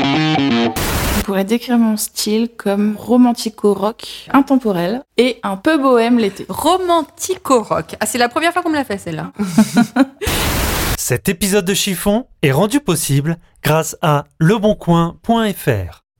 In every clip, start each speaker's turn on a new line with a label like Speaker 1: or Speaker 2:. Speaker 1: On pourrait décrire mon style comme romantico-rock intemporel et un peu bohème l'été.
Speaker 2: Romantico-rock. Ah, c'est la première fois qu'on me l'a fait, celle-là.
Speaker 3: Cet épisode de chiffon est rendu possible grâce à leboncoin.fr.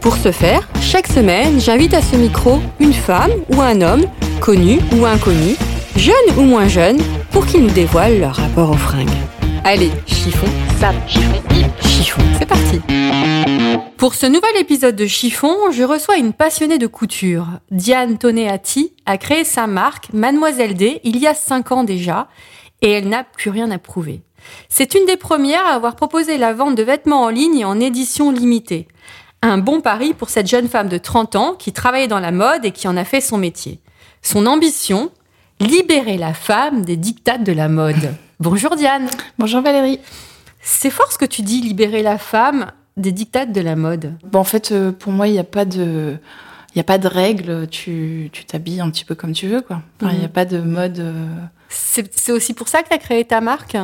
Speaker 4: Pour ce faire, chaque semaine, j'invite à ce micro une femme ou un homme, connu ou inconnu, jeune ou moins jeune, pour qu'ils nous dévoilent leur rapport aux fringues. Allez, chiffon,
Speaker 5: Ça,
Speaker 4: chiffon, c'est parti
Speaker 2: Pour ce nouvel épisode de Chiffon, je reçois une passionnée de couture. Diane Toneati a créé sa marque Mademoiselle D il y a 5 ans déjà et elle n'a plus rien à prouver. C'est une des premières à avoir proposé la vente de vêtements en ligne et en édition limitée. Un bon pari pour cette jeune femme de 30 ans qui travaillait dans la mode et qui en a fait son métier. Son ambition Libérer la femme des dictates de la mode. Bonjour Diane
Speaker 1: Bonjour Valérie.
Speaker 2: C'est fort ce que tu dis, libérer la femme des dictates de la mode.
Speaker 1: Bon, en fait, euh, pour moi, il n'y a pas de. Il n'y a pas de règles, tu tu t'habilles un petit peu comme tu veux, quoi. Enfin, Il n'y a pas de mode. euh,
Speaker 2: C'est c'est aussi pour ça que tu as créé ta marque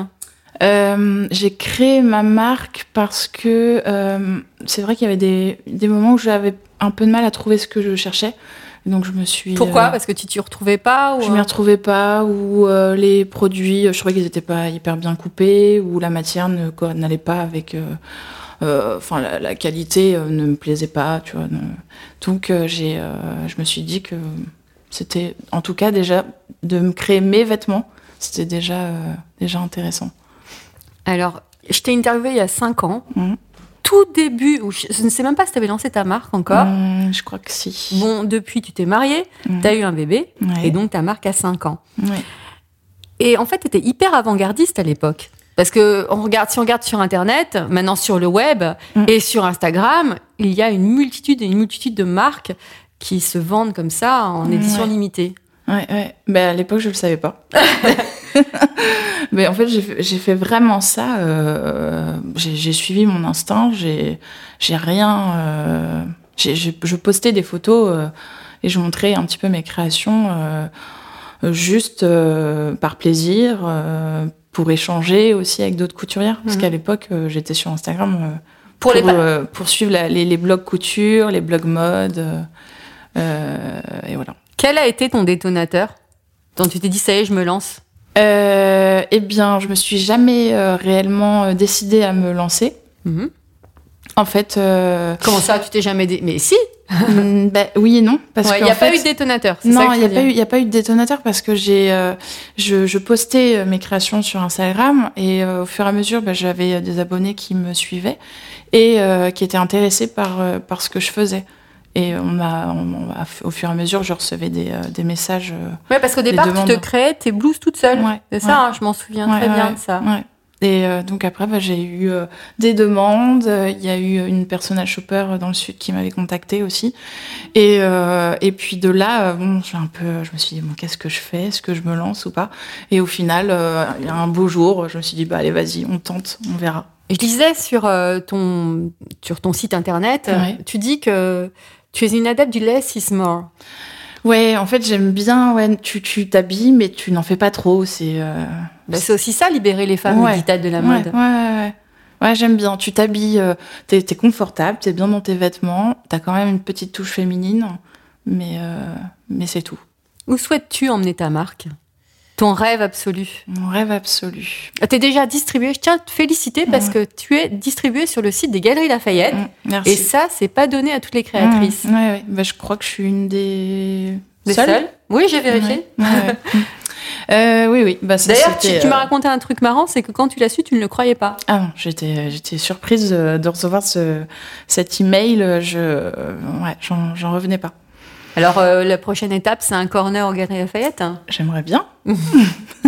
Speaker 1: Euh, j'ai créé ma marque parce que euh, c'est vrai qu'il y avait des, des moments où j'avais un peu de mal à trouver ce que je cherchais. Donc je me suis.
Speaker 2: Pourquoi
Speaker 1: euh,
Speaker 2: Parce que tu t'y retrouvais pas ou... euh
Speaker 1: Je m'y retrouvais pas, ou euh, les produits, euh, je trouvais qu'ils n'étaient pas hyper bien coupés, ou la matière ne co- n'allait pas avec. euh, euh, Enfin, la, la qualité euh, ne me plaisait pas, tu vois. ne- Donc, euh, j'ai, euh, je me suis dit que c'était, en tout cas, déjà, de me créer mes vêtements, c'était déjà, euh, déjà intéressant.
Speaker 2: Alors, Mm. je t'ai interviewé il y a 5 ans.
Speaker 1: Mhm.
Speaker 2: Tout début, où je, je ne sais même pas si tu avais lancé ta marque encore.
Speaker 1: Hum, Je crois que si.
Speaker 2: Bon, depuis, tu t'es mariée,
Speaker 1: Mhm.
Speaker 2: tu as eu un bébé,
Speaker 1: Ouais.
Speaker 2: et donc ta marque a 5 ans.
Speaker 1: Ouais.
Speaker 2: Et en fait, tu étais hyper avant-gardiste à l'époque. Parce que on regarde, si on regarde sur Internet, maintenant sur le web
Speaker 1: Mhm.
Speaker 2: et sur Instagram, il y a une multitude et une multitude de marques qui se vendent comme ça en édition
Speaker 1: Ouais.
Speaker 2: limitée.
Speaker 1: Ouais, ouais. Ben, à l'époque, je le savais pas. Mais en fait, j'ai fait- j'ai fait vraiment ça. euh, j'ai j'ai suivi mon instinct. J'ai j'ai rien. euh, j'ai- j'ai- je postais des photos euh, et je montrais un petit peu mes créations euh, juste euh, par plaisir, euh, pour échanger aussi avec d'autres couturières. Parce
Speaker 2: Mhm.
Speaker 1: qu'à l'époque, euh, j'étais sur Instagram euh,
Speaker 2: Pour les pa-
Speaker 1: euh, pour suivre la- les, les blogs couture, les blogs mode. euh, euh, et voilà.
Speaker 2: Quel a été ton détonateur Quand tu t'es dit, ça y est, je me lance
Speaker 1: Euh, eh bien, je me suis jamais euh, réellement euh, décidée à me lancer.
Speaker 2: Mhm.
Speaker 1: En fait, euh,
Speaker 2: Comment ça, tu t'es jamais dit Mais si
Speaker 1: mm, bah, oui et non, parce
Speaker 2: Il
Speaker 1: qu'en
Speaker 2: n'y a
Speaker 1: fait,
Speaker 2: pas eu de détonateur. c'est ça
Speaker 1: non,
Speaker 2: que
Speaker 1: il
Speaker 2: tu
Speaker 1: n'y a
Speaker 2: dis.
Speaker 1: pas eu, il y a pas eu de détonateur parce que j'ai, euh, je, je postais euh, mes créations sur Instagram et euh, au fur et à mesure, bah, j'avais euh, des abonnés qui me suivaient et euh, qui étaient intéressés par euh, par ce que je faisais. Et on a, on a- au fur et à mesure, je recevais des, euh, des messages. euh,
Speaker 2: Ouais, parce qu'au départ, tu te
Speaker 1: demandes.
Speaker 2: créais tes blouses toute seule.
Speaker 1: Ouais,
Speaker 2: c'est
Speaker 1: ouais.
Speaker 2: ça, hein, je m'en souviens
Speaker 1: Ouais,
Speaker 2: très
Speaker 1: ouais,
Speaker 2: bien
Speaker 1: ouais,
Speaker 2: de ça.
Speaker 1: ouais. Et euh, donc après, bah, j'ai eu euh, des demandes. Euh, Il y a eu une personne à shopper euh, dans le sud qui m'avait contactée aussi. Et, euh, et puis de là, euh, bon, j'ai un peu, je me suis dit, bon, qu'est-ce que je fais Est-ce que je me lance ou pas Et au final, euh, il y a un beau jour, je me suis dit, bah allez, vas-y, on tente, on verra.
Speaker 2: Je lisais sur, euh, ton, sur ton site internet, euh,
Speaker 1: Ouais.
Speaker 2: tu dis que tu es une adepte du less is more.
Speaker 1: Ouais, en fait, j'aime bien. Ouais, tu tu t'habilles, mais tu n'en fais pas trop. C'est euh,
Speaker 2: Bah, c'est aussi ça, libérer les femmes
Speaker 1: Ouais.
Speaker 2: des dictates de la
Speaker 1: Ouais, ouais,
Speaker 2: mode.
Speaker 1: ouais, ouais. Ouais, j'aime bien. Tu t'habilles, euh, t'es es confortable, t'es bien dans tes vêtements, t'as quand même une petite touche féminine, mais, euh, mais c'est tout.
Speaker 2: Où souhaites-tu emmener ta marque Ton rêve absolu. Ah,
Speaker 1: Mon rêve absolu.
Speaker 2: T'es déjà distribué. Je tiens à te féliciter parce que tu es distribué sur le site des Galeries Lafayette.
Speaker 1: Mm, Merci.
Speaker 2: Et ça, c'est pas donné à toutes les créatrices.
Speaker 1: Mm, ouais, ouais. Bah, je crois que je suis une des.
Speaker 2: Des seules Oui, j'ai vérifié.
Speaker 1: mmh. Ouais, ouais, ouais. Euh, oui, oui. Bah, ça,
Speaker 2: D'ailleurs, tu,
Speaker 1: c'était,
Speaker 2: tu m'as
Speaker 1: euh,
Speaker 2: raconté un truc marrant, c'est que quand tu l'as su, tu ne le croyais pas.
Speaker 1: Ah non, j'étais, j'étais surprise euh, de recevoir ce, cet email. euh, Je, euh, ouais, j'en, j'en revenais pas.
Speaker 2: Alors, euh, la prochaine étape, c'est un corner au Galeries Lafayette. hein.
Speaker 1: J'aimerais bien.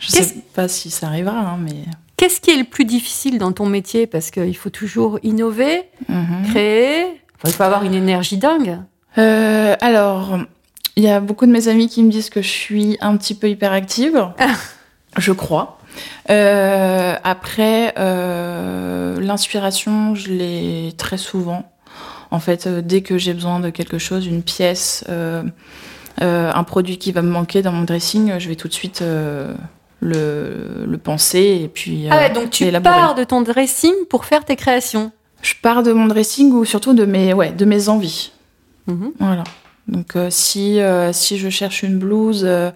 Speaker 1: je
Speaker 2: Qu'est-ce-
Speaker 1: sais pas si ça arrivera, hein, mais.
Speaker 2: Qu'est-ce qui est le plus difficile dans ton métier Parce qu'il faut toujours innover,
Speaker 1: Mhm.
Speaker 2: créer. Il faut avoir une énergie dingue.
Speaker 1: Euh, alors, il y a beaucoup de mes amis qui me disent que je suis un petit peu hyperactive.
Speaker 2: Ah.
Speaker 1: je crois. Euh, après, euh, l'inspiration, je l'ai très souvent. En fait, euh, dès que j'ai besoin de quelque chose, une pièce, euh, euh, un produit qui va me manquer dans mon dressing, je vais tout de suite euh, le, le penser et puis.
Speaker 2: ah
Speaker 1: euh,
Speaker 2: ouais, donc tu
Speaker 1: l'élaborer.
Speaker 2: pars de ton dressing pour faire tes créations.
Speaker 1: Je pars de mon dressing ou surtout de mes, ouais, de mes envies.
Speaker 2: Mhm.
Speaker 1: Voilà. Donc euh, si, euh, si je cherche une blouse euh,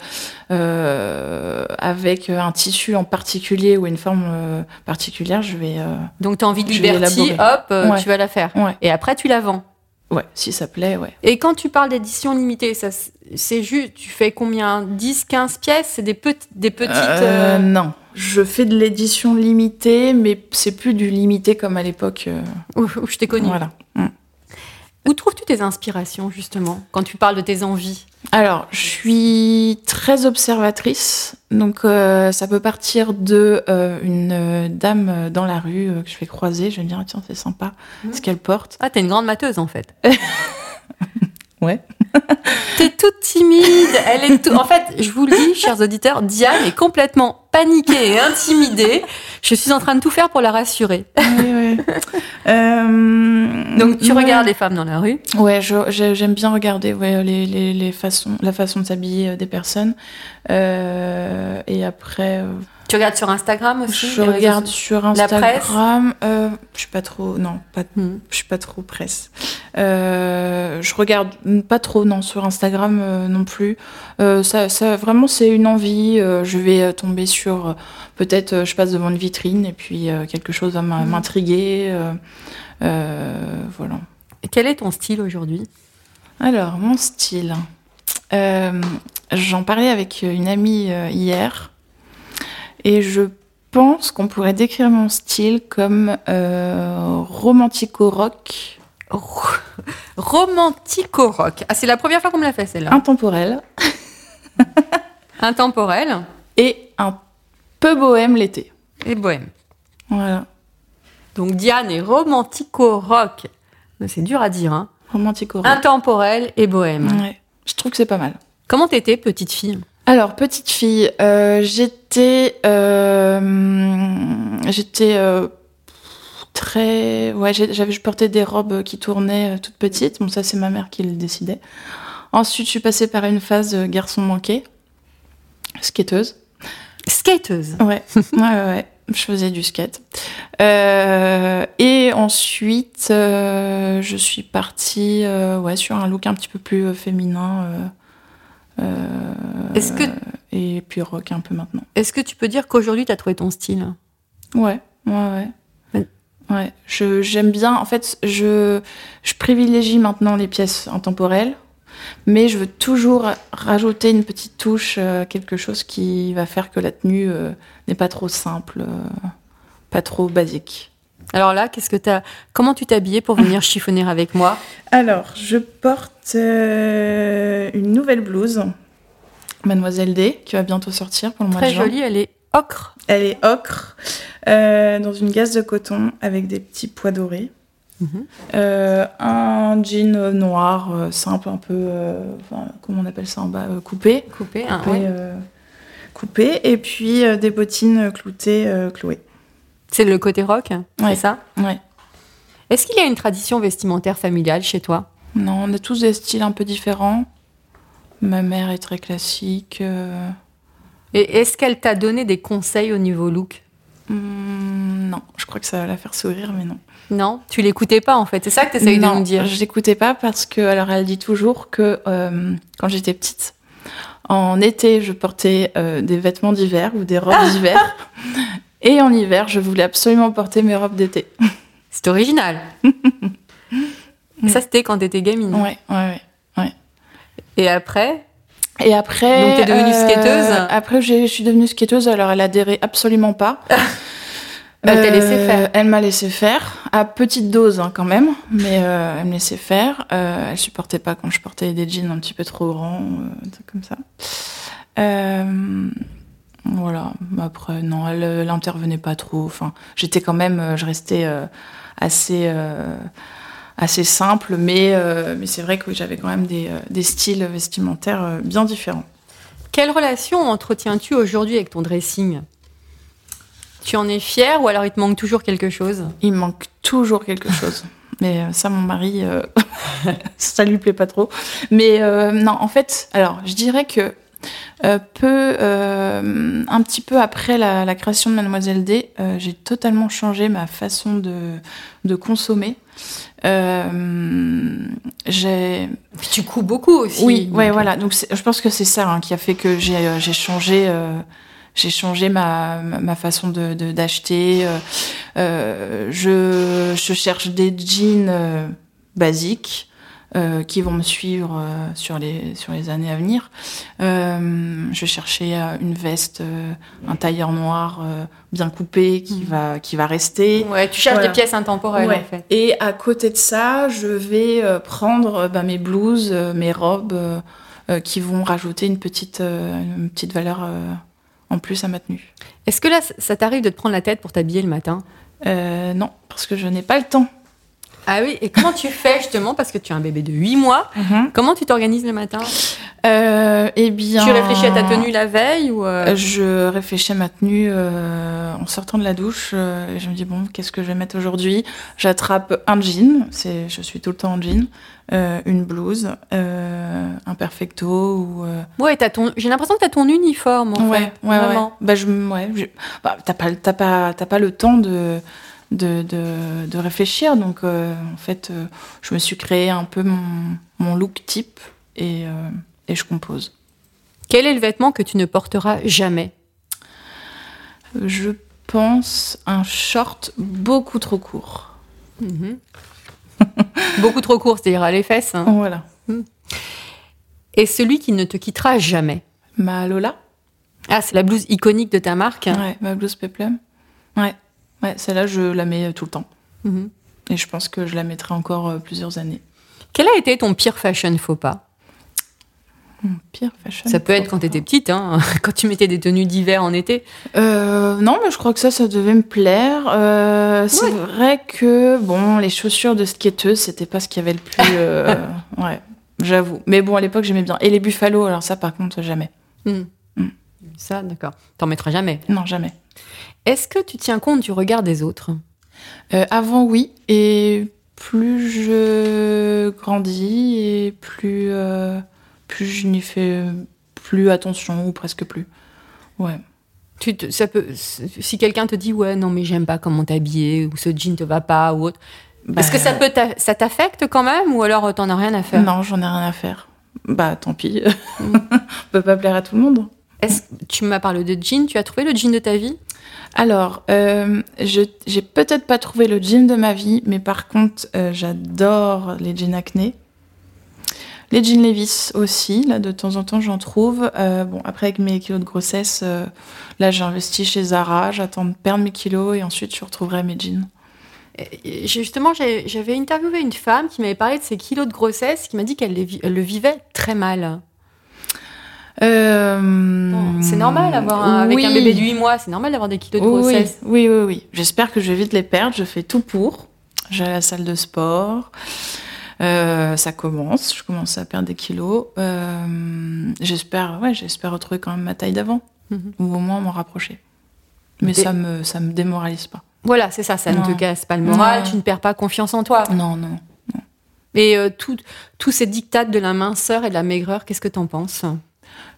Speaker 1: euh, avec un tissu en particulier ou une forme euh, particulière, je vais... euh,
Speaker 2: Donc tu as envie de
Speaker 1: Je vais
Speaker 2: liberté,
Speaker 1: élaborer.
Speaker 2: hop, euh,
Speaker 1: Ouais.
Speaker 2: tu vas la faire.
Speaker 1: ouais,
Speaker 2: Et après, tu la vends.
Speaker 1: ouais, si ça plaît, ouais.
Speaker 2: Et quand tu parles d'édition limitée, ça, c'est juste, tu fais combien 10, 15 pièces C'est des, pet- des petites...
Speaker 1: Euh,
Speaker 2: euh,
Speaker 1: Non, je fais de l'édition limitée, mais c'est plus du limité comme à l'époque. euh,
Speaker 2: où, où je t'ai connue.
Speaker 1: voilà.
Speaker 2: Où trouves-tu tes inspirations, justement, quand tu parles de tes envies
Speaker 1: Alors, je suis très observatrice, donc euh, ça peut partir de euh, une euh, dame euh, dans la rue euh, que je vais croiser, je vais me dire Ah, tiens c'est sympa ce qu'elle porte.
Speaker 2: Ah, t'es une grande mateuse, en fait.
Speaker 1: Ouais.
Speaker 2: T'es toute timide. Elle est tout... En fait, je vous le dis, chers auditeurs, Diane est complètement paniquée et intimidée. Je suis en train de tout faire pour la rassurer.
Speaker 1: Ouais, ouais. Euh,
Speaker 2: Donc, tu
Speaker 1: ouais.
Speaker 2: regardes les femmes dans la rue.
Speaker 1: Ouais, je- j'ai- j'aime bien regarder ouais, les, les, les façons, la façon de s'habiller euh, des personnes. Euh, et après, euh,
Speaker 2: Tu regardes sur Instagram aussi.
Speaker 1: je
Speaker 2: les réseaux
Speaker 1: regarde
Speaker 2: sociaux.
Speaker 1: sur
Speaker 2: La presse
Speaker 1: Instagram. euh, je suis pas trop, non, pas
Speaker 2: Hmm.
Speaker 1: je suis pas trop presse. Euh, je regarde mm, pas trop non sur Instagram euh, non plus. Euh, ça, ça vraiment c'est une envie. euh, je vais euh, tomber sur euh, peut-être euh, je passe devant une vitrine et puis euh, quelque chose va m'in-
Speaker 2: Mhm.
Speaker 1: m'intriguer. euh, euh, voilà.
Speaker 2: Quel est ton style aujourd'hui
Speaker 1: Alors mon style. Euh, J'en parlais avec une amie euh, hier et je pense qu'on pourrait décrire mon style comme euh, romantico-rock
Speaker 2: Romantico rock. Ah, c'est la première fois qu'on me l'a fait celle-là.
Speaker 1: intemporel. Ah.
Speaker 2: Intemporel
Speaker 1: et un peu bohème l'été.
Speaker 2: et bohème.
Speaker 1: Voilà.
Speaker 2: Donc Diane est romantico rock. C'est dur à dire. Hein.
Speaker 1: Romantico.
Speaker 2: Intemporel et bohème.
Speaker 1: Ouais. Je trouve que c'est pas mal.
Speaker 2: Comment t'étais petite fille
Speaker 1: Alors, petite fille, euh, j'étais. euh, j'étais. euh, très. Ouais, j'ai- j'avais, je portais des robes qui tournaient euh, toutes petites. Bon, ça, c'est ma mère qui le décidait. Ensuite, je suis passée par une phase euh, garçon manqué. Skateuse.
Speaker 2: Skateuse.
Speaker 1: Ouais, ouais, ouais, ouais. Je faisais du skate. Euh, et ensuite, euh, je suis partie euh, ouais, sur un look un petit peu plus euh, féminin. euh, euh,
Speaker 2: Est-ce que,
Speaker 1: Et puis rock un peu maintenant.
Speaker 2: est-ce que tu peux dire qu'aujourd'hui t'as trouvé ton style
Speaker 1: Ouais, ouais,
Speaker 2: Ouais.
Speaker 1: ouais. Ouais, je, j'aime bien. En fait, je, je privilégie maintenant les pièces intemporelles, mais je veux toujours rajouter une petite touche, euh, quelque chose qui va faire que la tenue euh, n'est pas trop simple, euh, pas trop basique.
Speaker 2: Alors là, qu'est-ce que t'as Comment tu t'habillais pour venir chiffonner avec moi
Speaker 1: Alors, je porte euh, une nouvelle blouse, Mademoiselle D, qui va bientôt sortir pour le mois
Speaker 2: Très
Speaker 1: de juin.
Speaker 2: jolie, elle est ocre.
Speaker 1: Elle est ocre, euh, dans une gaze de coton avec des petits pois dorés.
Speaker 2: Mhm.
Speaker 1: Euh, un jean noir euh, simple, un peu, euh, enfin, comment on appelle ça en bas, euh, coupé.
Speaker 2: Coupée. hein,
Speaker 1: Coupé,
Speaker 2: ouais.
Speaker 1: euh, coupé. et puis euh, des bottines cloutées, euh, clouées.
Speaker 2: C'est le côté rock, c'est
Speaker 1: Ouais.
Speaker 2: ça
Speaker 1: Ouais.
Speaker 2: Est-ce qu'il y a une tradition vestimentaire familiale chez toi
Speaker 1: Non, on a tous des styles un peu différents. Ma mère est très classique. euh,
Speaker 2: Et est-ce qu'elle t'a donné des conseils au niveau look
Speaker 1: hum, non, je crois que ça va la faire sourire, mais non.
Speaker 2: Non, tu l'écoutais pas en fait. C'est ça que t'essayes de
Speaker 1: Non,
Speaker 2: me dire.
Speaker 1: Je l'écoutais pas parce que, alors elle dit toujours que euh, quand j'étais petite, En été, je portais euh, des vêtements d'hiver ou des
Speaker 2: Ah
Speaker 1: robes d'hiver. Et en hiver, je voulais absolument porter mes robes d'été.
Speaker 2: C'est original. ça, c'était quand t'étais gamine.
Speaker 1: Ouais, ouais, ouais.
Speaker 2: Et après
Speaker 1: Et après. euh,
Speaker 2: Donc, t'es devenue skateuse
Speaker 1: Après, j'ai- je suis devenue skateuse, alors elle adhérait absolument pas.
Speaker 2: Elle t'a
Speaker 1: Euh,
Speaker 2: laissé faire.
Speaker 1: Elle m'a laissé faire, à petite dose hein, quand même, mais euh, elle me laissait faire. Euh, elle supportait pas quand je portais des jeans un petit peu trop grands, euh, des trucs comme ça. Euh, voilà, après, non, elle euh, elle intervenait pas trop. Enfin, j'étais quand même, euh, je restais euh, assez, euh, assez simple, mais, euh, mais c'est vrai que oui, j'avais quand même des, euh, des styles vestimentaires euh, bien différents.
Speaker 2: Quelle relation entretiens-tu aujourd'hui avec ton dressing Tu en es fière ou alors il te manque toujours quelque chose
Speaker 1: Il me manque toujours quelque chose. Mais euh, ça, mon mari, euh, ça lui plaît pas trop. Mais euh, non, en fait, alors, je dirais que euh, peu, euh, un petit peu après la, la création de Mademoiselle D, euh, j'ai totalement changé ma façon de, de consommer. Euh, j'ai
Speaker 2: Puis tu couds beaucoup aussi.
Speaker 1: oui, ouais,
Speaker 2: Donc, euh,
Speaker 1: voilà. Donc c'est- je pense que c'est ça hein, qui a fait que j'ai euh, j'ai changé. euh, j'ai changé ma, ma ma façon de de- d'acheter. euh, euh, je, je cherche des jeans euh, basiques euh, qui vont me suivre euh, sur, les, sur les années à venir. Euh, je cherchais euh, une veste, euh, un tailleur noir euh, bien coupé qui,
Speaker 2: Mm.
Speaker 1: va, qui va rester.
Speaker 2: euh, Ouais, tu cherches
Speaker 1: Voilà.
Speaker 2: des pièces intemporelles
Speaker 1: Ouais.
Speaker 2: en fait.
Speaker 1: Et à côté de ça, je vais euh, prendre euh, bah, mes blouses, euh, mes robes, euh, euh, qui vont rajouter une petite, euh, une petite valeur euh, en plus à ma tenue.
Speaker 2: Est-ce que là, ça- ça t'arrive de te prendre la tête pour t'habiller le matin
Speaker 1: Euh, non, parce que je n'ai pas le temps.
Speaker 2: Ah oui, et comment tu fais justement parce que tu as un bébé de 8 mois Comment tu t'organises le matin
Speaker 1: Euh, eh bien,
Speaker 2: Tu réfléchis à ta tenue la veille ou euh,
Speaker 1: Euh, Je réfléchis à ma tenue euh, en sortant de la douche. euh, et je me dis, bon, qu'est-ce que je vais mettre aujourd'hui J'attrape un jean, c'est, je suis tout le temps en jean, euh, une blouse, euh, un perfecto ou... euh,
Speaker 2: Ouais, t'as ton... j'ai l'impression que tu as ton uniforme en
Speaker 1: ouais,
Speaker 2: fait.
Speaker 1: ouais, ouais.
Speaker 2: vraiment.
Speaker 1: Bah, je, ouais, je- bah, t'as pas, le- t'as pas, t'as pas le temps de, de, de, de réfléchir. Donc, euh, en fait, euh, je me suis créé un peu mon, mon look type et, euh, et je compose.
Speaker 2: Quel est le vêtement que tu ne porteras jamais
Speaker 1: Je pense un short beaucoup trop court. Mhm.
Speaker 2: Beaucoup trop court, c'est-à-dire à les fesses. hein.
Speaker 1: Voilà.
Speaker 2: Et celui qui ne te quittera jamais.
Speaker 1: Ma Lola.
Speaker 2: Ah, c'est la blouse iconique de ta marque.
Speaker 1: Ouais, ma blouse Peplum. Ouais. Ouais, celle-là, je la mets euh, tout le temps.
Speaker 2: Mhm.
Speaker 1: Et je pense que je la mettrai encore euh, plusieurs années.
Speaker 2: Quel a été ton pire fashion faux pas
Speaker 1: Mon pire fashion.
Speaker 2: Ça peut être quand t'étais petite, hein, quand tu mettais des tenues d'hiver en été.
Speaker 1: Euh, non, mais je crois que ça, ça devait me plaire. Euh, c'est
Speaker 2: Ouais.
Speaker 1: vrai que, bon, les chaussures de skateuse, c'était pas ce qu'il y avait le plus. euh, ouais, j'avoue. Mais bon, à l'époque, j'aimais bien. Et les buffalo, alors ça, par contre, jamais.
Speaker 2: Hmm.
Speaker 1: Hmm.
Speaker 2: Ça, d'accord. T'en mettras jamais.
Speaker 1: Non, jamais.
Speaker 2: Est-ce que tu tiens compte du regard des autres
Speaker 1: Euh, avant, oui. Et plus je grandis, et plus, euh, plus je n'y fais plus attention, ou presque plus. Ouais.
Speaker 2: Tu te- ça peut, si quelqu'un te dit ouais non mais j'aime pas comment t'es habillée ou ce jean te va pas ou autre,
Speaker 1: Bah,
Speaker 2: est-ce que ça peut t'a- ça t'affecte quand même ou alors euh, t'en as rien à faire
Speaker 1: Non, j'en ai rien à faire. Bah, tant pis.
Speaker 2: Mm.
Speaker 1: On peut pas plaire à tout le monde.
Speaker 2: Est-ce- Tu m'as parlé de jean, tu as trouvé le jean de ta vie
Speaker 1: Alors, euh, je j'ai peut-être pas trouvé le jean de ma vie, mais par contre, euh, j'adore les jeans acné. Les jeans Levis aussi, là de temps en temps j'en trouve. Euh, bon, après avec mes kilos de grossesse, euh, là j'ai investi chez Zara, j'attends de perdre mes kilos et ensuite je retrouverai mes jeans.
Speaker 2: Et- et Justement, Euh, j'ai- j'avais interviewé une femme qui m'avait parlé de ses kilos de grossesse, qui m'a dit qu'elle les vi- elle le vivait très mal.
Speaker 1: Euh,
Speaker 2: Hmm. C'est normal d'avoir un- avec un
Speaker 1: oui.
Speaker 2: bébé de 8 mois, c'est normal d'avoir des kilos de
Speaker 1: Oui,
Speaker 2: grossesse.
Speaker 1: Oui, oui, oui. oui. J'espère que je vais vite les perdre. Je fais tout pour. J'ai la salle de sport. Euh, ça commence. Je commence à perdre des kilos. Euh, j'espère, ouais, j'espère retrouver quand même ma taille d'avant,
Speaker 2: Mhm.
Speaker 1: ou au moins m'en rapprocher. Mais
Speaker 2: Des-
Speaker 1: ça me, ça me démoralise pas.
Speaker 2: Voilà, c'est ça, ça ne
Speaker 1: Non.
Speaker 2: te casse pas le moral,
Speaker 1: Non.
Speaker 2: tu ne perds pas confiance en toi.
Speaker 1: Non, non.
Speaker 2: Et euh, tout- tous ces dictats de la minceur et de la maigreur, qu'est-ce que t'en penses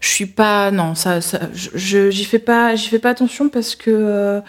Speaker 1: Je suis pas, non, ça, ça je- je- j'y fais pas, j'y fais pas attention parce que euh,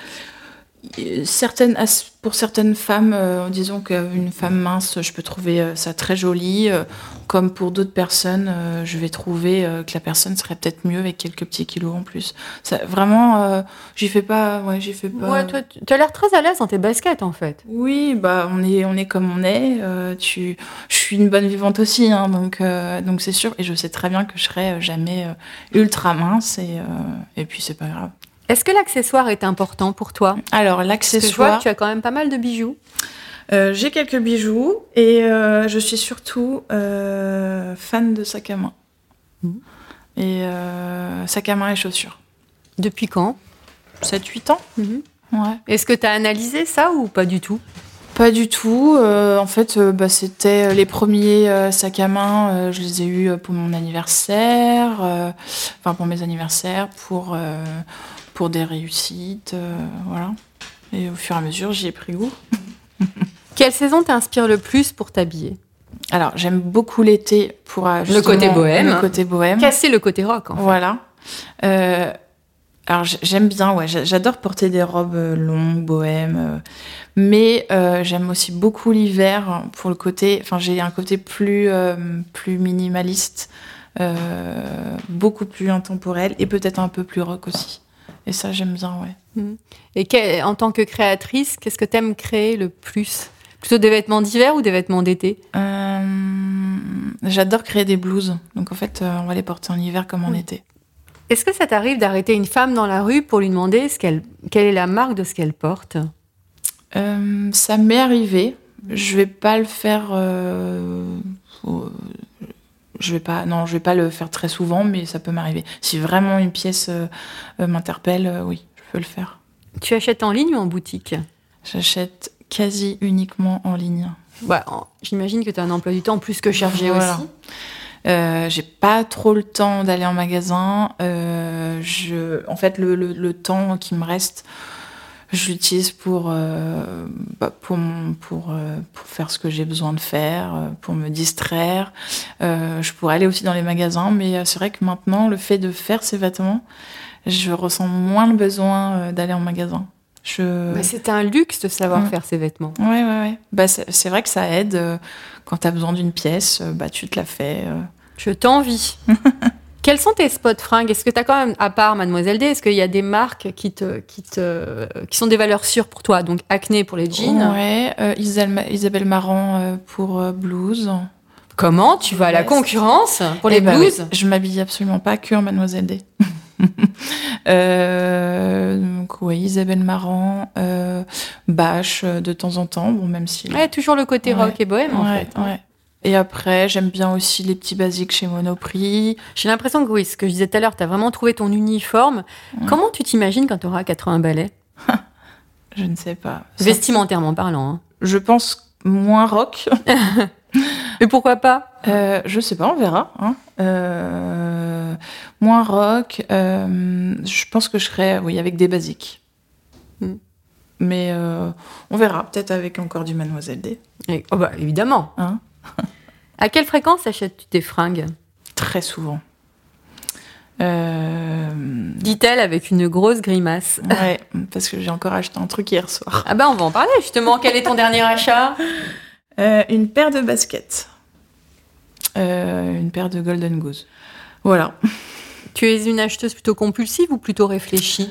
Speaker 1: il certaines, as- pour certaines femmes, euh, disons qu'une femme mince, je peux trouver euh, ça très joli, euh, comme pour d'autres personnes, euh, je vais trouver euh, que la personne serait peut-être mieux avec quelques petits kilos en plus. Ça, vraiment, euh, j'y fais pas. Ouais, j'y fais pas.
Speaker 2: Ouais, toi, tu tu as l'air très à l'aise dans tes baskets, en fait.
Speaker 1: Oui, bah on est on est comme on est. euh, tu, je suis une bonne vivante aussi, hein, donc euh, donc c'est sûr. Et je sais très bien que je serai euh, jamais euh, ultra mince et euh, et puis c'est pas grave.
Speaker 2: Est-ce que l'accessoire est important pour toi
Speaker 1: Alors
Speaker 2: Parce que je vois
Speaker 1: l'accessoire,
Speaker 2: que tu as quand même pas mal de bijoux.
Speaker 1: euh, j'ai quelques bijoux et euh, je suis surtout euh, fan de sac à main
Speaker 2: Mhm.
Speaker 1: et euh, sac à main et chaussures.
Speaker 2: Depuis quand
Speaker 1: 7-8 ans, ouais.
Speaker 2: Mhm. Est-ce que tu as analysé ça ou pas du tout
Speaker 1: Pas du tout. Euh, en fait, euh, bah, c'était euh, les premiers euh, sacs à main. euh, je les ai eus euh, pour mon anniversaire, euh, enfin pour mes anniversaires, pour euh, pour des réussites, euh, voilà. Et au fur et à mesure, j'y ai pris goût.
Speaker 2: Quelle saison t'inspire le plus pour t'habiller
Speaker 1: Alors, j'aime beaucoup l'été pour euh, justement,
Speaker 2: côté bohème, hein.
Speaker 1: Le côté bohème.
Speaker 2: Casser le côté rock, hein. en fait.
Speaker 1: Voilà. Euh, alors j- j'aime bien, ouais, j'a- j'adore porter des robes euh, longues, bohèmes, euh, mais euh, j'aime aussi beaucoup l'hiver hein, pour le côté, enfin j'ai un côté plus, euh, plus minimaliste, euh, beaucoup plus intemporel et peut-être un peu plus rock aussi. Et ça j'aime bien, ouais.
Speaker 2: Et que- en tant que créatrice, qu'est-ce que t'aimes créer le plus Plutôt des vêtements d'hiver ou des vêtements d'été
Speaker 1: Euh, j'adore créer des blouses, donc en fait euh, on va les porter en hiver comme en
Speaker 2: Oui.
Speaker 1: été.
Speaker 2: Est-ce que ça t'arrive d'arrêter une femme dans la rue pour lui demander ce qu'elle, quelle est la marque de ce qu'elle porte
Speaker 1: Euh, ça m'est arrivé. Je vais pas le faire. euh, euh, je vais pas. Non, je vais pas le faire très souvent, mais ça peut m'arriver. Si vraiment une pièce euh, euh, m'interpelle, euh, oui, je peux le faire.
Speaker 2: Tu achètes en ligne ou en boutique
Speaker 1: J'achète quasi uniquement en ligne.
Speaker 2: Bah, en- J'imagine que tu as un emploi du temps plus que chargé
Speaker 1: Voilà.
Speaker 2: aussi.
Speaker 1: Euh, j'ai pas trop le temps d'aller en magasin. Euh, je, en fait, le, le- le temps qui me reste, je l'utilise pour, euh, bah, pour, mon- pour, euh, pour faire ce que j'ai besoin de faire, euh, pour me distraire. Euh, je pourrais aller aussi dans les magasins, mais euh, c'est vrai que maintenant, le fait de faire ces vêtements, je ressens moins le besoin euh, d'aller en magasin. Je...
Speaker 2: Bah, c'est un luxe de savoir
Speaker 1: Mm.
Speaker 2: faire ses vêtements.
Speaker 1: Ouais, ouais, ouais. Bah, c'est c'est vrai que ça aide. euh, Quand t'as besoin d'une pièce, euh, bah, tu te la fais. euh,
Speaker 2: Je t'envie. Quels sont tes spots fringues Est-ce que tu as quand même, à part Mademoiselle D, est-ce qu'il y a des marques qui, te, qui, te, qui sont des valeurs sûres pour toi Donc Acné pour les jeans.
Speaker 1: Ouais, euh, Isal- Isabelle Marant euh, pour euh, blues.
Speaker 2: Comment tu vas à la concurrence pour les
Speaker 1: Eh ben
Speaker 2: blouses
Speaker 1: oui, Je m'habille absolument pas que en Mademoiselle D. Euh, donc oui, Isabelle Marant, euh, Bache euh, de temps en temps, bon même si.
Speaker 2: Ouais, toujours le côté
Speaker 1: Ouais.
Speaker 2: rock et bohème en
Speaker 1: Ouais,
Speaker 2: fait. hein.
Speaker 1: ouais. Et après, j'aime bien aussi les petits basiques chez Monoprix.
Speaker 2: J'ai l'impression que oui, ce que je disais tout à l'heure, tu as vraiment trouvé ton uniforme. Comment tu t'imagines quand tu auras 80 balais
Speaker 1: Je ne sais pas.
Speaker 2: Vestimentairement parlant. hein.
Speaker 1: Je pense moins rock.
Speaker 2: Mais pourquoi pas
Speaker 1: Euh, je sais pas, on verra. hein. Euh, moins rock. euh, je pense que je serais, oui, avec des basiques.
Speaker 2: Mm.
Speaker 1: Mais euh, on verra, Hmm. peut-être avec encore du Mademoiselle D.
Speaker 2: Et- oh bah, Évidemment.
Speaker 1: Hein
Speaker 2: à quelle fréquence achètes-tu tes fringues
Speaker 1: Très souvent. Euh,
Speaker 2: Dit-elle avec une grosse grimace.
Speaker 1: ouais, parce que j'ai encore acheté un truc hier soir.
Speaker 2: Ah bah on va en parler justement. Quel est ton dernier achat
Speaker 1: Euh, une paire de baskets. Euh, une paire de Golden Goose. Voilà.
Speaker 2: Tu es une acheteuse plutôt compulsive ou plutôt réfléchie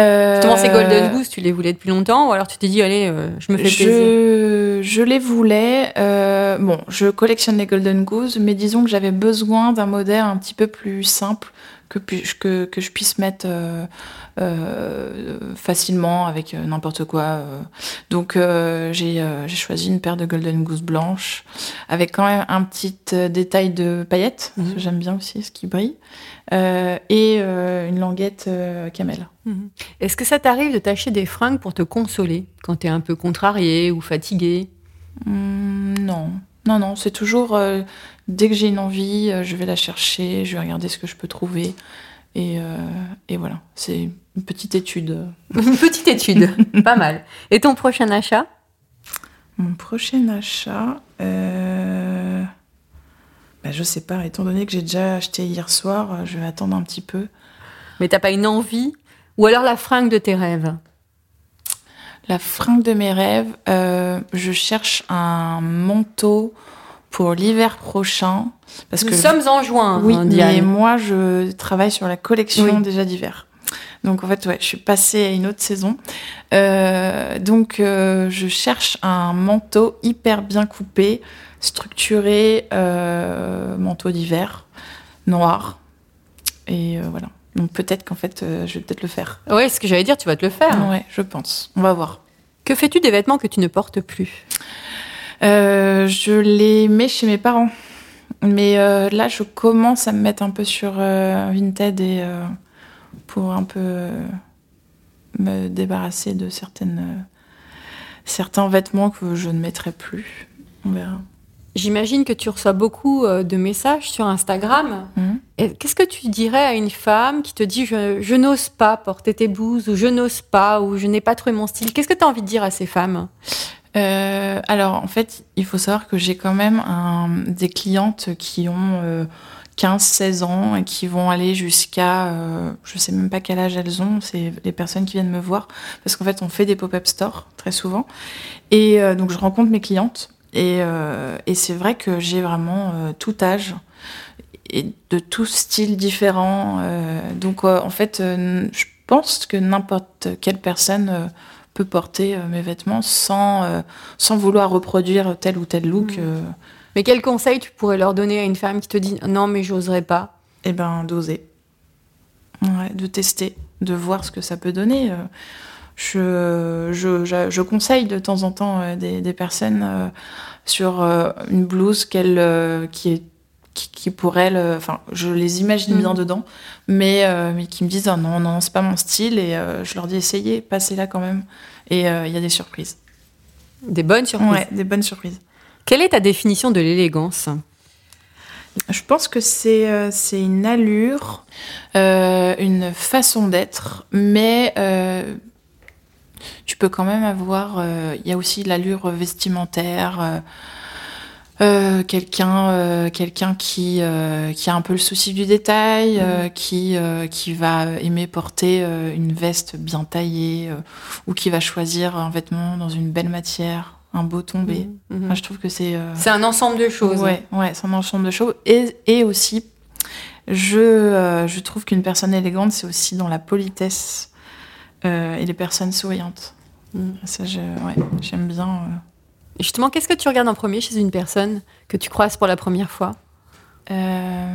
Speaker 1: Euh,
Speaker 2: Justement, ces Golden Goose, tu les voulais depuis longtemps ou alors tu t'es dit, allez, euh, je me fais plaisir
Speaker 1: Je, je les voulais. euh, bon, je collectionne les Golden Goose, mais disons que j'avais besoin d'un modèle un petit peu plus simple que, pu- que, que je puisse mettre euh, euh, facilement avec euh, n'importe quoi. euh. Donc euh, j'ai euh, j'ai choisi une paire de Golden Goose blanches avec quand même un petit euh, détail de paillettes. parce que
Speaker 2: Mhm.
Speaker 1: J'aime bien aussi ce qui brille. euh, et euh, une languette euh, camel.
Speaker 2: Est-ce que ça t'arrive de t'acheter des fringues pour te consoler quand t'es un peu contrarié ou fatigué
Speaker 1: Hmm, non, non, non, c'est toujours euh, dès que j'ai une envie, euh, je vais la chercher, je vais regarder ce que je peux trouver. Et, euh, et voilà, c'est une petite étude.
Speaker 2: Une petite étude, pas mal. Et ton prochain achat
Speaker 1: Mon prochain achat, euh... bah, je sais pas, étant donné que j'ai déjà acheté hier soir, euh, je vais attendre un petit peu.
Speaker 2: Mais t'as pas une envie Ou alors la fringue de tes rêves
Speaker 1: La fringue de mes rêves, euh, je cherche un manteau pour l'hiver prochain. Parce
Speaker 2: Nous
Speaker 1: que
Speaker 2: sommes en juin,
Speaker 1: oui,
Speaker 2: hein,
Speaker 1: mais
Speaker 2: Diane.
Speaker 1: moi je travaille sur la collection
Speaker 2: Oui.
Speaker 1: déjà d'hiver. Donc en fait, ouais, je suis passée à une autre saison. Euh, donc euh, je cherche un manteau hyper bien coupé, structuré, euh, manteau d'hiver, noir. Et euh, voilà. Donc peut-être qu'en fait, euh, je vais peut-être le faire.
Speaker 2: Ouais, ce que j'allais dire, tu vas te le faire.
Speaker 1: Ouais, je pense. On va voir.
Speaker 2: Que fais-tu des vêtements que tu ne portes plus
Speaker 1: Euh, je les mets chez mes parents. Mais euh, là, je commence à me mettre un peu sur euh, Vinted et euh, pour un peu euh, me débarrasser de certaines, euh, certains vêtements que je ne mettrai plus. On verra.
Speaker 2: J'imagine que tu reçois beaucoup euh, de messages sur Instagram.
Speaker 1: Mhm.
Speaker 2: Et Qu'est-ce que tu dirais à une femme qui te dit je, je n'ose pas porter tes blouses ou je n'ose pas ou je n'ai pas trouvé mon style Qu'est-ce que tu as envie de dire à ces femmes
Speaker 1: Euh, alors, en fait, il faut savoir que j'ai quand même un- des clientes qui ont euh, 15-16 ans et qui vont aller jusqu'à, euh, je sais même pas quel âge elles ont, c'est les personnes qui viennent me voir, parce qu'en fait, on fait des pop-up stores très souvent. Et euh, donc, je rencontre mes clientes. Et, euh, et c'est vrai que j'ai vraiment euh, tout âge et de tout style différent. euh, donc, euh, en fait, euh, je pense que n'importe quelle personne euh, peut porter euh, mes vêtements sans, euh, sans vouloir reproduire tel ou tel look,
Speaker 2: Mm.
Speaker 1: euh,
Speaker 2: Mais quel conseil tu pourrais leur donner à une femme qui te dit non mais j'oserais pas
Speaker 1: eh ben d'oser, Ouais, de tester, de voir ce que ça peut donner. euh. Je, je, je, je conseille de temps en temps euh, des, des personnes euh, sur euh, une blouse qu'elle qui est qui, qui pour elles, euh, enfin, je les imagine
Speaker 2: Mhm.
Speaker 1: bien dedans, mais, euh, mais qui me disent Ah non, non, c'est pas mon style, et euh, je leur dis essayez, passez-la quand même. Et euh, il y a des surprises.
Speaker 2: Des bonnes surprises.
Speaker 1: Ouais, des bonnes surprises.
Speaker 2: Quelle est ta définition de l'élégance
Speaker 1: Je pense que c'est euh, c'est une allure, euh, une façon d'être, mais euh, tu peux quand même avoir. euh, Il y a aussi l'allure vestimentaire. euh, euh, quelqu'un euh, quelqu'un qui euh, qui a un peu le souci du détail euh, qui euh, qui va aimer porter euh, une veste bien taillée euh, ou qui va choisir un vêtement dans une belle matière un beau tombé
Speaker 2: Mhm.
Speaker 1: Enfin, je trouve que c'est euh,
Speaker 2: C'est un ensemble de choses.
Speaker 1: Ouais, ouais, c'est un ensemble de choses. Et, et aussi, je, euh, je trouve qu'une personne élégante, c'est aussi dans la politesse euh, et les personnes souriantes.
Speaker 2: Mm.
Speaker 1: Ça, je- ouais, j'aime bien. euh.
Speaker 2: Justement, qu'est-ce que tu regardes en premier chez une personne que tu croises pour la première fois
Speaker 1: Euh,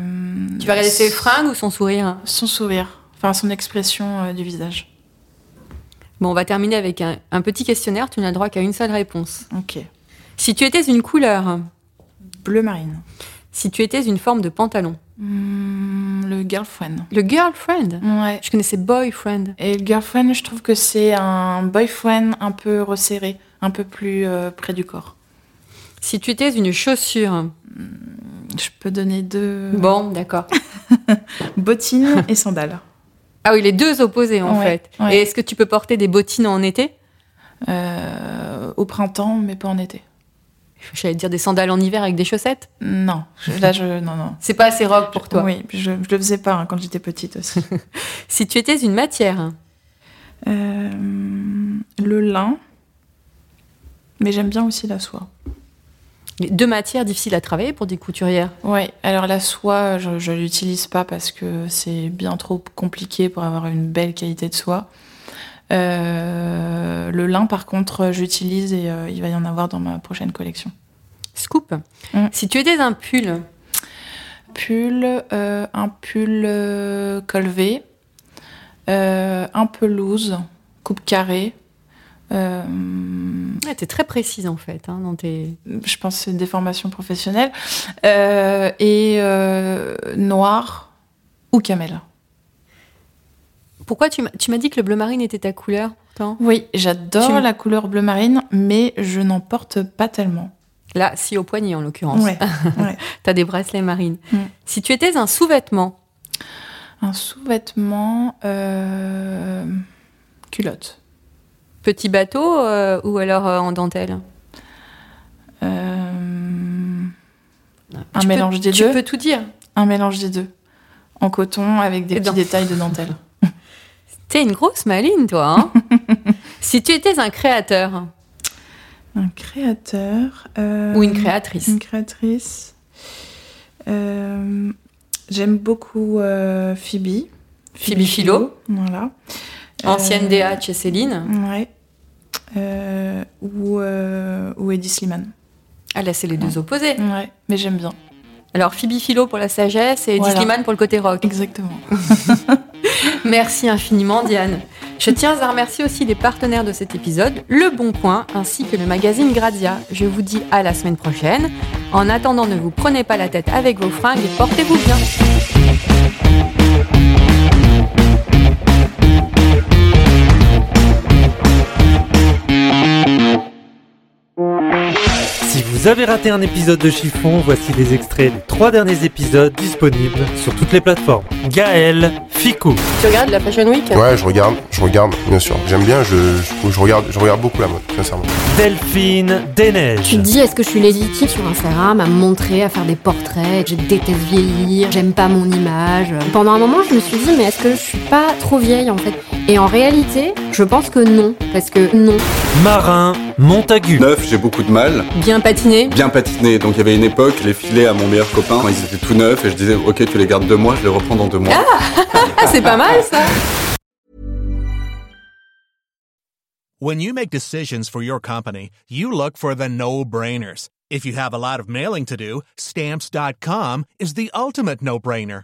Speaker 2: Tu vas regarder ses fringues ou son sourire
Speaker 1: Son sourire, enfin son expression euh, du visage.
Speaker 2: Bon, on va terminer avec un, un petit questionnaire. Tu n'as droit qu'à une seule réponse.
Speaker 1: Ok.
Speaker 2: Si tu étais une couleur,
Speaker 1: Bleu marine.
Speaker 2: si tu étais une forme de pantalon,
Speaker 1: Hmm, le girlfriend.
Speaker 2: le girlfriend.
Speaker 1: Ouais.
Speaker 2: Je connaissais boyfriend.
Speaker 1: Et le girlfriend, je trouve que c'est un boyfriend un peu resserré, un peu plus euh, près du corps.
Speaker 2: Si tu étais une chaussure,
Speaker 1: Mhm. Je peux donner deux.
Speaker 2: bon, d'accord.
Speaker 1: Bottines et sandales.
Speaker 2: Ah oui, les deux opposés en
Speaker 1: Ouais,
Speaker 2: fait.
Speaker 1: ouais.
Speaker 2: Et est-ce que tu peux porter des bottines en été
Speaker 1: Euh, au printemps, mais pas en été.
Speaker 2: J'allais dire des sandales en hiver avec des chaussettes.
Speaker 1: Non, je- là je. Non, non.
Speaker 2: C'est pas assez rock pour toi.
Speaker 1: Oui, je, je le faisais pas hein, quand j'étais petite aussi.
Speaker 2: Si tu étais une matière,
Speaker 1: Euh, le lin. Mais j'aime bien aussi la soie.
Speaker 2: les deux matières difficiles à travailler pour des couturières.
Speaker 1: Ouais, alors la soie, je, je l'utilise pas parce que c'est bien trop compliqué pour avoir une belle qualité de soie. Euh, le lin, par contre, j'utilise et euh, il va y en avoir dans ma prochaine collection.
Speaker 2: Scoop.
Speaker 1: Mm.
Speaker 2: Si tu étais un pull,
Speaker 1: pull, euh, un pull euh, colvé, euh, un pelouse, coupe carrée. euh,
Speaker 2: Ouais, t'es très précise en fait hein, dans tes.
Speaker 1: je pense que c'est des formations professionnelles. euh, et euh, noir ou camel.
Speaker 2: Pourquoi tu m'as tu m'as dit que le bleu marine était ta couleur pourtant
Speaker 1: Oui,
Speaker 2: Tu-
Speaker 1: j'adore la couleur bleu marine, mais je n'en porte pas tellement.
Speaker 2: Là, si au poignet en l'occurrence.
Speaker 1: ouais.
Speaker 2: T'as des bracelets marines.
Speaker 1: Mm.
Speaker 2: Si tu étais un sous-vêtement,
Speaker 1: Un sous-vêtement euh, culotte.
Speaker 2: petit bateau euh, ou alors euh, en dentelle
Speaker 1: Euh,
Speaker 2: Tu peux-
Speaker 1: mélange des
Speaker 2: tu
Speaker 1: deux
Speaker 2: peux tout dire.
Speaker 1: Un mélange des deux. En coton avec des
Speaker 2: Et
Speaker 1: petits
Speaker 2: dans-
Speaker 1: détails de dentelle.
Speaker 2: T'es une grosse maline, toi. hein Si tu étais un créateur
Speaker 1: Un créateur. euh,
Speaker 2: ou une créatrice,
Speaker 1: Une créatrice. Euh, J'aime beaucoup euh, Phoebe.
Speaker 2: Phoebe Philo.
Speaker 1: Voilà.
Speaker 2: ancienne
Speaker 1: Euh,
Speaker 2: DH chez Céline,
Speaker 1: Ouais. Euh, ou, euh, ou Eddie Slimane.
Speaker 2: ah là c'est les deux opposés.
Speaker 1: Ouais, mais j'aime bien.
Speaker 2: Alors Phoebe Philo pour la sagesse et
Speaker 1: Voilà.
Speaker 2: Eddie Slimane pour le côté rock.
Speaker 1: Exactement.
Speaker 2: Merci infiniment, Diane. Je tiens à remercier aussi les partenaires de cet épisode, Le Bon Point ainsi que le magazine Grazia. Je vous dis à la semaine prochaine. En attendant, ne vous prenez pas la tête avec vos fringues et portez-vous bien.
Speaker 3: Si vous avez raté un épisode de Chiffon, voici les extraits des trois derniers épisodes disponibles sur toutes les plateformes. Gaël, Ficou,
Speaker 4: Tu regardes la Fashion Week
Speaker 6: Ouais, je regarde, je regarde, bien sûr. J'aime bien, je, je, je regarde, je regarde beaucoup la mode, sincèrement.
Speaker 3: Delphine, Dénège,
Speaker 7: Tu te dis, est-ce que je suis lazy kid sur Instagram à me montrer, à faire des portraits, que je déteste vieillir, j'aime pas mon image. Pendant un moment, je me suis dit, mais est-ce que je suis pas trop vieille en fait Et en réalité, je pense que non, parce que non.
Speaker 3: Marin, Montagu,
Speaker 8: Neuf, j'ai beaucoup de mal.
Speaker 2: Bien patiné,
Speaker 8: Bien patiné. Donc il y avait une époque, je les filais à mon meilleur copain quand ils étaient tout neufs et je disais, ok, tu les gardes deux mois, je les reprends dans deux mois.
Speaker 2: ah, c'est pas mal ça
Speaker 7: When you make decisions for your company, you look for the no-brainers. If you have a lot of mailing to do, stamps.com is the ultimate no-brainer.